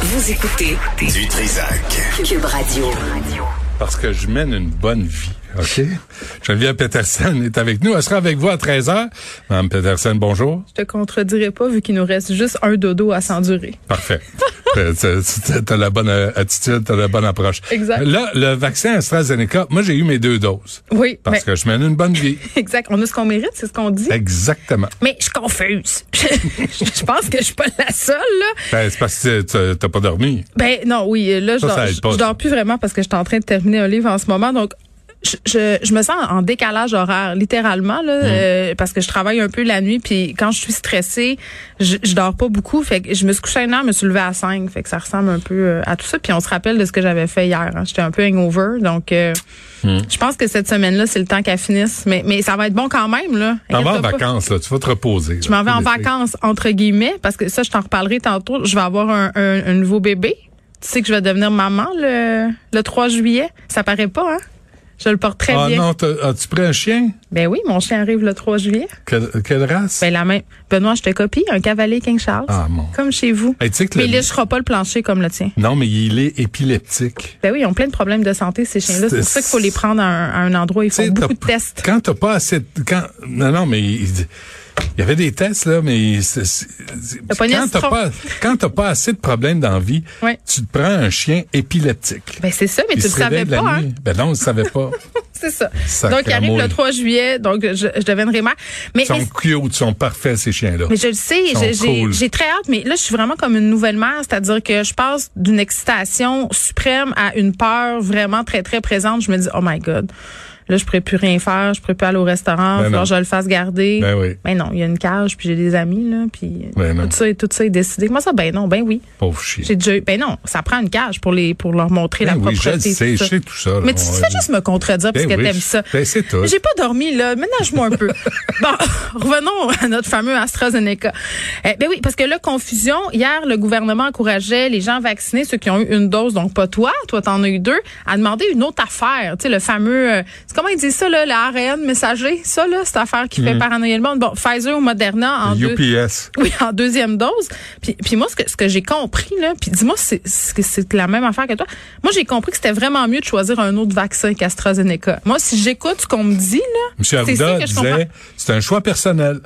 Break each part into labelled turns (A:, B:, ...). A: Vous écoutez
B: Du Trisac.
A: Cube Radio.
C: parce que je mène une bonne vie. OK? Geneviève Peterson est avec nous. Elle sera avec vous à 13h. Madame Peterson, bonjour.
D: Je te contredirai pas vu qu'il nous reste juste un dodo à s'endurer.
C: Parfait. Euh, t'as- t'as t'as la bonne euh, attitude, t'as la bonne approche.
D: Exact.
C: Là, le vaccin AstraZeneca, moi, j'ai eu mes deux doses.
D: Oui, ben,
C: Parce que je mène une bonne vie.
D: exact. On a ce qu'on mérite, c'est ce qu'on dit.
C: Exactement.
D: Mais je suis confuse. je je pense que je suis pas la seule. Là.
C: Ben, c'est parce que t'as- t'as pas dormi.
D: Ben non, oui, là je,
C: Ça,
D: dors,
C: ça aide
D: je-
C: pas,
D: je
C: ça.
D: dors plus vraiment parce que je suis en train de terminer un livre en ce moment, donc. Je, je, je me sens en décalage horaire, littéralement,
C: Mhm.
D: là, euh, parce que je travaille un peu la nuit, puis quand je suis stressée, je, je dors pas beaucoup. Fait que je me suis couchée à une heure, je me suis levée à cinq. Fait que ça ressemble un peu euh, à tout ça. Puis on se rappelle de ce que j'avais fait hier. hein. J'étais un peu hangover. Donc euh,
C: Mhm.
D: je pense que cette semaine-là, c'est le temps qu'elle finisse. Mais, mais ça va être bon quand même, là.
C: T'en vas en
D: Inquiète-toi pas.
C: vacances, là. Tu vas te reposer.
D: Je m'en vais en vacances, entre guillemets, parce que ça, je t'en reparlerai tantôt. Je vais avoir un, un- un nouveau bébé. Tu sais que je vais devenir maman le, le 3 juillet. Ça paraît pas, hein? Je le porte très
C: Ah
D: bien.
C: non, t'as- as-tu pris un chien?
D: Ben oui, mon chien arrive le 3 juillet.
C: Quelle, quelle race?
D: Ben la même. Benoît, je te copie, un cavalier King Charles.
C: Ah, mon.
D: Comme chez vous.
C: Hey, tu sais que
D: Mais
C: le-
D: il léchera pas le plancher comme le tien.
C: Non, mais il est épileptique.
D: Ben oui, ils ont plein de problèmes de santé, ces chiens-là. C'est pour ça qu'il faut les prendre à un, à un endroit. Ils
C: Tu sais,
D: font beaucoup de
C: t'as-
D: tests.
C: Quand t'as pas assez, de- quand non non mais il il y avait des tests là, mais c'est- c'est-
D: pas une
C: quand t'as
D: astro-
C: pas quand t'as pas assez de problèmes dans la vie,
D: Ouais.
C: tu te prends un chien épileptique.
D: Ben c'est ça, mais
C: Il
D: tu le
C: se réveille
D: savais
C: de la
D: pas, hein?
C: nuit. Ben non, on le savait pas.
D: C'est ça.
C: Sacré
D: donc, il arrive
C: mouille.
D: le 3 juillet, donc je, je deviendrai mère. Mais
C: Ils sont cute, ils sont parfaits ces chiens là.
D: Mais je le sais,
C: Ils sont
D: j'ai- j'ai
C: cool.
D: j'ai très hâte, mais là, je suis vraiment comme une nouvelle mère, c'est-à-dire que je passe d'une excitation suprême à une peur vraiment très, très présente. Je me dis, oh my God, là, je pourrais plus rien faire, je pourrais plus aller au restaurant,
C: Ben
D: falloir
C: non.
D: que je le fasse garder.
C: Ben oui.
D: Ben non, il y a une cage, puis j'ai des amis, là, puis
C: Ben non.
D: tout, ça, tout ça est décidé. Moi, ça, ben non, ben oui.
C: Pauvre chien.
D: J'ai déjà eu- Ben non, ça prend une cage pour, les, pour leur montrer
C: Ben
D: la
C: oui, je
D: propreté.
C: le sais, je
D: tout ça.
C: sais tout ça. là.
D: Mais tu fais juste me contredire
C: Ben
D: parce que
C: oui.
D: t'aimes ça.
C: Ben, c'est tout.
D: J'ai pas dormi, là. Ménage-moi un peu. bon, revenons à notre fameux AstraZeneca. Eh, ben oui, parce que là, confusion. Hier, le gouvernement encourageait les gens vaccinés, ceux qui ont eu une dose, donc pas toi, toi t'en as eu deux, à demander une autre affaire. Tu sais, le fameux, euh, c'est comment ils disent ça, là, le ARN messager? Ça, là, cette affaire qui
C: Hmm.
D: fait paranoïer le monde. Bon, Pfizer ou Moderna en deux.
C: UPS.
D: Oui, en deuxième dose. Puis, puis moi, ce que, ce que j'ai compris, là, puis dis-moi si c'est- si c'est c'est la même affaire que toi. Moi, j'ai compris que c'était vraiment mieux de choisir un autre vaccin qu'AstraZeneca. Moi, si j'écoute ce qu'on me dit, là,
C: Monsieur
D: c'est ça
C: Arruda
D: que je comprends.
C: disait, c'est un choix personnel.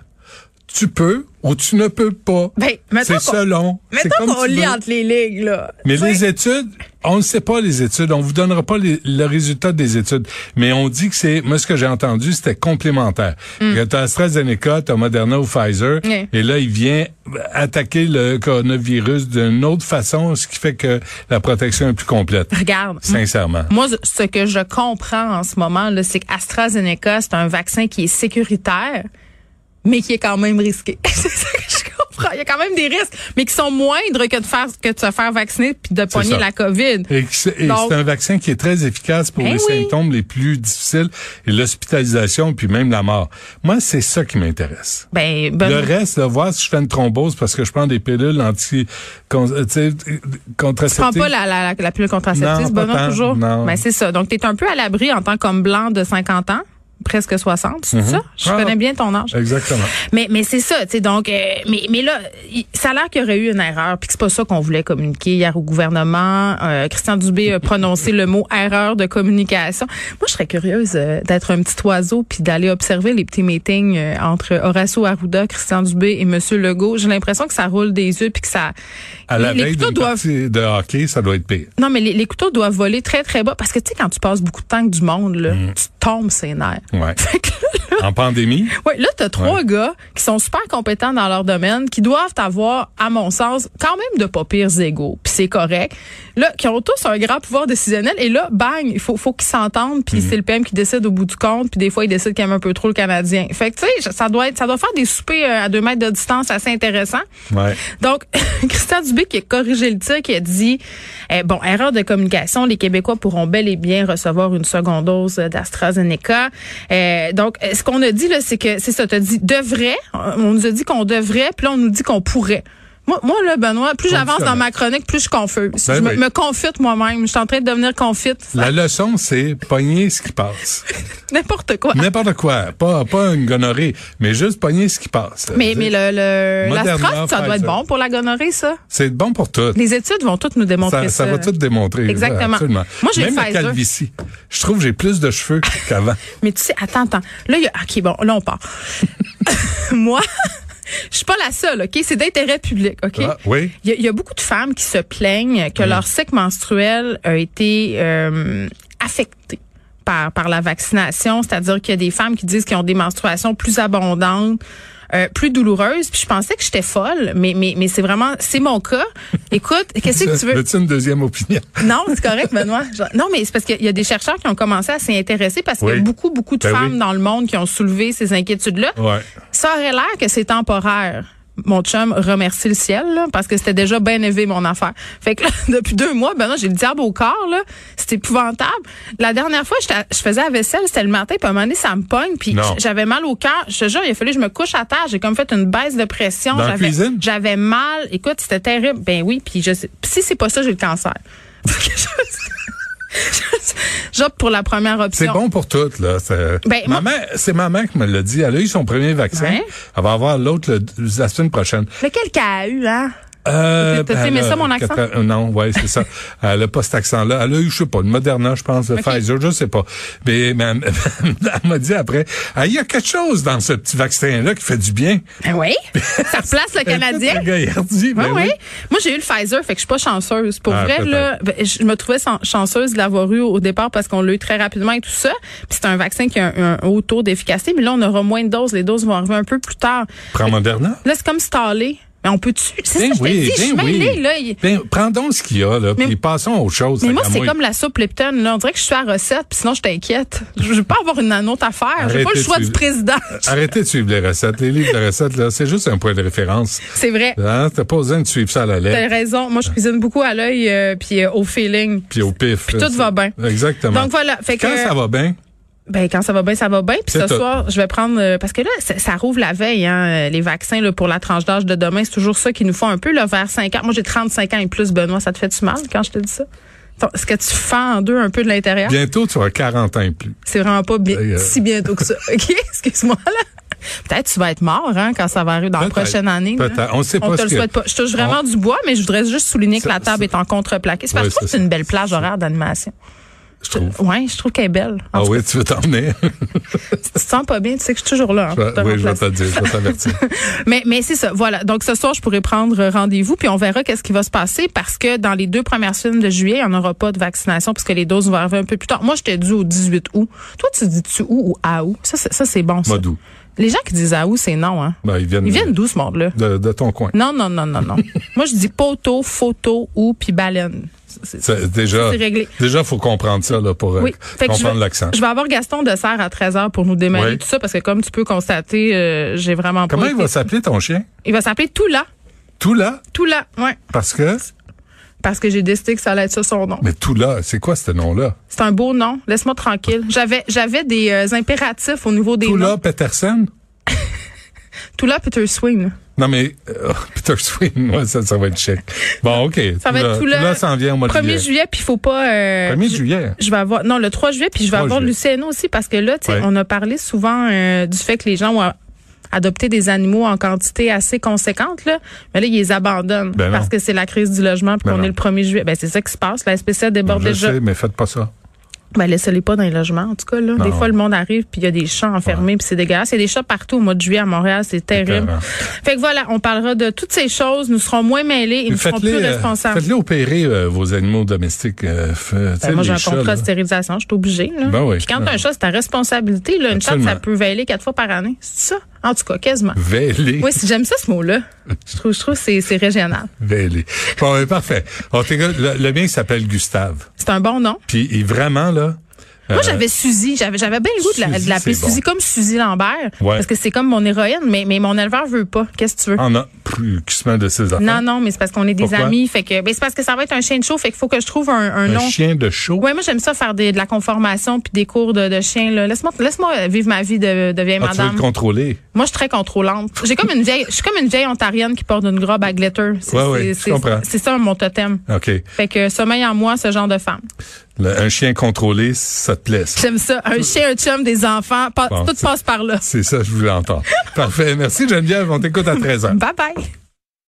C: Tu peux ou tu ne peux pas.
D: Ben, mettons
C: c'est
D: qu'on-
C: selon. C'est
D: Mettons
C: comme
D: qu'on
C: tu
D: lit
C: veux.
D: entre les lignes, là.
C: Mais
D: Tu sais,
C: les études, on ne sait pas les études, on vous donnera pas les- le résultat des études, mais on dit que c'est, moi ce que j'ai entendu, c'était complémentaire.
D: Mm.
C: Que T'as AstraZeneca, t'as Moderna ou Pfizer,
D: Ouais.
C: et là il vient attaquer le coronavirus d'une autre façon, ce qui fait que la protection est plus complète.
D: Regarde.
C: Sincèrement.
D: Moi, ce que je comprends en ce moment, là, c'est qu'AstraZeneca, c'est un vaccin qui est sécuritaire, mais qui est quand même risqué. c'est ça que je comprends. Il y a quand même des risques, mais qui sont moindres que de faire que de se faire vacciner puis de pogner
C: ça.
D: la COVID.
C: Et que c'est et
D: Donc-
C: c'est un vaccin qui est très efficace pour
D: Ben
C: les
D: oui.
C: symptômes les plus difficiles et l'hospitalisation puis même la mort. Moi, c'est ça qui m'intéresse. Le
D: Ben, bonne-
C: reste, de voir si je fais une thrombose parce que je prends des pilules anti con- euh, tu sais, euh,
D: Tu prends
C: contraceptives.
D: pas la, la, la, la pilule
C: Non,
D: contraceptive,
C: pas
D: Benoît,
C: tant,
D: toujours.
C: non.
D: Ben, c'est ça. Donc, tu es un peu à l'abri en tant qu'homme blanc de 50 ans, presque 60, c'est ça? Je
C: Ah.
D: connais bien ton âge.
C: Exactement.
D: Mais, mais c'est ça, tu sais, donc, euh, mais, mais là, il- ça a l'air qu'il y aurait eu une erreur, puis que c'est pas ça qu'on voulait communiquer hier au gouvernement. Euh, Christian Dubé a prononcé le mot erreur de communication. Moi, je serais curieuse euh, d'être un petit oiseau puis d'aller observer les petits meetings euh, entre Horacio Arruda, Christian Dubé et Monsieur Legault. J'ai l'impression que ça roule des yeux puis que ça.
C: À la
D: les
C: veille
D: couteaux
C: d'une
D: doivent
C: partie de hockey, ça doit être pire.
D: non, mais les, les couteaux doivent voler très, très bas. Parce que, tu sais, quand tu passes beaucoup de temps avec du monde, là, tu tombes ses nerfs.
C: Ouais.
D: Fait que là,
C: en pandémie,
D: ouais, là, t'as trois gars qui sont super compétents dans leur domaine, qui doivent avoir, à mon sens, quand même de pas pires égaux, puis c'est correct. Là, qui ont tous un grand pouvoir décisionnel, et là, bang, il faut, faut qu'ils s'entendent, puis c'est le PM qui décide au bout du compte, puis des fois, il décide qu'il aime un peu trop le Canadien. Fait que, tu sais, ça doit être, ça doit faire des soupers euh, à deux mètres de distance assez intéressants.
C: ouais.
D: Donc, Christian Dubé qui a corrigé le tir, qui a dit, eh, bon, erreur de communication, les Québécois pourront bel et bien recevoir une seconde dose euh, d'AstraZeneca. Euh, donc, euh, ce qu'on a dit, là, c'est que, c'est ça, t'as dit devrait, on nous a dit qu'on devrait, puis là, on nous dit qu'on pourrait. Moi, moi là, Benoît, plus
C: On
D: j'avance
C: dit
D: dans
C: correct.
D: ma chronique, plus je confuse.
C: Ben
D: je me-
C: oui.
D: me confite moi-même. Je suis en train de devenir confite. Ça-
C: La leçon, c'est pogner ce qui passe.
D: N'importe quoi.
C: N'importe quoi. Pas, pas une gonorrhée, mais juste pogner ce qui passe.
D: Mais, mais le, le, la
C: Moderna,
D: strate, ça doit être
C: Pfizer.
D: bon pour la gonorrhée, ça.
C: C'est bon pour tout.
D: Les études vont toutes nous démontrer
C: Ça,
D: ça.
C: ça va tout démontrer.
D: Exactement.
C: Ouais, absolument.
D: Moi, j'ai
C: Même la
D: Pfizer.
C: calvitie. Je trouve que j'ai plus de cheveux qu'avant.
D: Mais tu sais, attends, attends. Là, il y a, OK, bon, là, on part. Moi, je suis pas la seule, OK? C'est d'intérêt public, OK?
C: Ah, oui.
D: Il y, a- il y a beaucoup de femmes qui se plaignent que leur cycle menstruel a été euh, affecté par, par la vaccination, c'est-à-dire qu'il y a des femmes qui disent qu'ils ont des menstruations plus abondantes. euh, plus douloureuses. puis je pensais que j'étais folle, mais mais mais c'est vraiment c'est mon cas. Écoute, qu'est-ce que tu veux
C: Veux-tu une deuxième opinion?
D: Non, c'est correct, Benoît. Je- Non, mais c'est parce qu'il y a des chercheurs qui ont commencé à s'y intéresser parce qu'il y a
C: Oui.
D: beaucoup, beaucoup de
C: Ben
D: femmes
C: oui.
D: dans le monde qui ont soulevé ces inquiétudes-là.
C: Ouais.
D: Ça aurait l'air que c'est temporaire. Mon chum remercie le ciel là, parce que c'était déjà bien élevé mon affaire. Fait que là, depuis deux mois, ben là, j'ai le diable au corps là. C'est épouvantable. La dernière fois, j'étais à- je faisais la vaisselle, c'était le matin, puis à un moment donné, ça me pogne, puis
C: Non.
D: j'avais mal au cœur. Je te jure, il a fallu que je me couche à terre. J'ai comme fait une baisse de pression.
C: Dans la
D: J'avais-
C: cuisine?
D: J'avais mal. Écoute, c'était terrible. Ben oui, puis je sais. puis si c'est pas ça, j'ai le cancer. Fait que je- J'opte pour la première option.
C: C'est bon pour toutes, là. C'est-
D: Ben, moi-
C: maman, c'est maman qui me l'a dit. Elle a eu son premier vaccin.
D: Ouais.
C: Elle va avoir l'autre le- la semaine prochaine.
D: Lequel qu'a eu, hein?
C: Euh,
D: T'as- t'as
C: elle
D: aimé
C: a-
D: ça, mon accent?
C: quatre- euh, non, ouais, c'est ça. elle a pas cet accent-là. Elle a eu, je sais pas, une Moderna, je pense, le
D: Ok.
C: Pfizer, je sais pas. Mais, mais elle elle m'a dit après, Ah, il y a quelque chose dans ce petit vaccin-là qui fait du bien.
D: Ben oui. Ça replace le Canadien.
C: Le gars est hardi,
D: Oui,
C: ben
D: oui.
C: oui.
D: Moi, j'ai eu le Pfizer, fait que je suis pas chanceuse. Pour
C: Ah,
D: vrai,
C: peut-être.
D: là, ben, je me trouvais chan- chanceuse de l'avoir eu au départ parce qu'on l'a eu très rapidement et tout ça. Puis c'est un vaccin qui a un, un haut taux d'efficacité, mais là, on aura moins de doses. Les doses vont arriver un peu plus tard.
C: Prends Moderna.
D: Là, c'est comme stallé. Mais on peut-tu? C'est ça
C: Ben
D: que je te dis, je suis
C: ben
D: mêlée, là. Il-
C: Ben, prends donc ce qu'il y a, là,
D: Mais-
C: puis passons à autre chose.
D: Mais moi, c'est
C: Sagamouille.
D: comme la soupe Lipton. Là. On dirait que je suis à recette, puis sinon, je t'inquiète. Je veux pas avoir une, une autre affaire. J'ai pas le
C: Arrêtez Ah.
D: choix
C: de
D: du
C: suivre.
D: président.
C: Arrêtez de suivre les recettes. Les livres de recettes, là, c'est juste un point de référence.
D: C'est vrai.
C: Hein, T'as pas besoin de suivre ça à la
D: T'as
C: lettre,
D: raison. Moi, je cuisine beaucoup à l'œil euh, puis euh, au feeling.
C: puis au pif.
D: Puis tout va bien.
C: Exactement.
D: Donc voilà. Fait que,
C: Quand ça va bien,
D: Ben quand ça va bien, ça va bien. Puis
C: C'est
D: ce
C: tout.
D: soir, je vais prendre euh, parce que là, ça, ça rouvre la veille, hein, euh, les vaccins là, pour la tranche d'âge de demain. C'est toujours ça qui nous font un peu là, vers 5 ans. Moi, j'ai 35 ans et plus, Benoît. Ça te fait du mal quand je te dis ça? Ton- Est-ce que tu fends en deux un peu de l'intérieur?
C: bientôt, tu auras 40 ans et plus.
D: C'est vraiment pas bi-
C: Euh,
D: si bientôt que ça. OK, excuse-moi là. Peut-être tu vas être mort hein, quand ça va arriver dans la
C: Peut-être.
D: prochaine année. là.
C: Peut-être. On ne sait
D: On
C: pas
D: te
C: ce
D: le
C: que-
D: souhaite pas. Je touche vraiment du bois, mais je voudrais juste souligner que
C: Ça-
D: la table est en contreplaqué. C'est parce
C: Ouais,
D: que je trouve que
C: c'est
D: c'est une belle plage horaire d'animation.
C: je trouve.
D: Oui, je trouve qu'elle est belle. En
C: Ah
D: tout
C: oui, tu veux t'emmener?
D: cas, tu te sens pas bien, tu sais que je suis toujours là. hein, pour te
C: oui, je vais
D: remplacer.
C: te le dire, je vais t'avertir.
D: Mais, mais c'est ça, voilà. Donc ce soir, je pourrais prendre euh, rendez-vous, puis on verra qu'est-ce qui va se passer parce que dans les deux premières semaines de juillet, il n'y en aura pas de vaccination parce que les doses vont arriver un peu plus tard. Moi, je t'ai dit au 18 août. Toi, tu dis-tu août ou à août? Ça, c'est, ça, c'est bon, ça.
C: Moi, d'où?
D: Les gens qui disent à août, c'est non, hein.
C: Ben, ils viennent,
D: Ils viennent d'où, ce monde-là?
C: De, de ton coin.
D: Non, non, non, non, non. Moi, je dis poteau, photo ou puis baleine. C'est- c'est-
C: C'est- déjà,
D: c'est réglé.
C: déjà, faut comprendre ça, là, pour euh,
D: Oui. Fait que je
C: comprendre
D: vais,
C: l'accent.
D: je vais avoir Gaston de Serre à 13h pour nous démêler
C: Oui.
D: tout ça parce que comme tu peux constater, euh, j'ai vraiment pas
C: Comment il
D: été-
C: va s'appeler ton chien?
D: Il va s'appeler Toula.
C: Tout là?
D: Toula, ouais.
C: Parce que,
D: Parce que j'ai décidé que ça allait être ça son nom.
C: mais tout là, c'est quoi ce nom-là?
D: C'est un beau nom. Laisse-moi tranquille. J'avais j'avais des euh, impératifs au niveau des
C: Tout là,
D: noms.
C: Peterson?
D: Toula Peter Swing.
C: Non, mais euh, Peter Swing, moi, ça, ça va être chic. Bon, OK.
D: Ça va être tout là.
C: Là, ça en vient au mois de
D: 1er
C: juillet.
D: juillet, puis il faut pas... euh,
C: 1er
D: je-
C: juillet.
D: Je vais avoir non le 3 juillet puis je vais
C: 3
D: avoir
C: juillet.
D: Luciano aussi parce que là tu sais
C: Ouais.
D: on a parlé souvent euh, du fait que les gens ont a- adopté des animaux en quantité assez conséquente là mais là ils les abandonnent
C: Ben non.
D: parce que c'est la crise du logement puis
C: Ben
D: qu'on
C: non.
D: est le 1er juillet ben c'est ça qui se passe la SPCA
C: Non,
D: déborde
C: je
D: déjà
C: sais, mais faites pas ça.
D: ben laissez-les pas dans les logements en tout cas là des
C: Non.
D: fois le monde arrive puis il y a des champs enfermés puis c'est dégueulasse il y a des chats partout au mois de juillet à Montréal c'est terrible
C: Écœurant.
D: fait que voilà on parlera de toutes ces choses nous serons moins mêlés et nous serons plus
C: Faites-les euh,
D: responsables
C: faites-les opérer, euh, vos animaux domestiques. euh, f- tu sais,
D: Ben, moi, j'ai
C: les
D: un
C: chats,
D: contrat
C: là.
D: de stérilisation, je suis obligée. Là.
C: Ben oui.
D: Puis quand
C: Ben
D: t'as un
C: oui.
D: chat, c'est ta responsabilité. Là. Une chatte,
C: Absolument.
D: ça peut vêler quatre fois par année. C'est ça? En tout cas, quasiment.
C: Vêlez,
D: Oui, si j'aime ça, ce mot-là. Je trouve, je trouve que c'est, c'est régional.
C: vêlez. Bon, ben, parfait. En tout cas, le, le mien il s'appelle Gustave.
D: C'est un bon nom.
C: Puis il- vraiment, là...
D: Moi,
C: euh,
D: j'avais Suzy. J'avais, j'avais bien le goût de, la,
C: Suzy,
D: de l'appeler
C: c'est bon.
D: Suzy comme Suzy Lambert.
C: Ouais.
D: Parce que c'est comme mon héroïne, mais, mais mon éleveur veut pas. Qu'est-ce que tu veux?
C: On a plus qui se mêle de ses affaires.
D: Non, non, mais c'est parce qu'on est des
C: Pourquoi?
D: amis. Fait que, ben, c'est parce que ça va être un chien de show. Fait qu'il faut que je trouve un, un
C: Un
D: nom.
C: chien de show.
D: Ouais, moi, j'aime ça faire des, de la conformation puis des cours de, de chien, là. Laisse-moi, laisse-moi vivre ma vie de, de vieille
C: Ah, tu veux
D: madame.
C: le contrôler.
D: Moi, je suis très contrôlante. J'ai comme une vieille, je suis comme une vieille ontarienne qui porte une robe à glitter. C'est
C: Ouais, ouais,
D: c'est-
C: je
D: c'est-
C: comprends.
D: c'est ça mon totem.
C: OK.
D: Fait que sommeil en moi, ce genre de femme.
C: Le- un chien contrôlé, ça te plaît. ça.
D: J'aime ça. Un chien, un chum, des enfants, pas-
C: Bon,
D: tout
C: c'est-
D: passe par là.
C: C'est ça, je voulais entendre. Parfait. Merci Geneviève. On t'écoute à 13h.
D: Bye bye.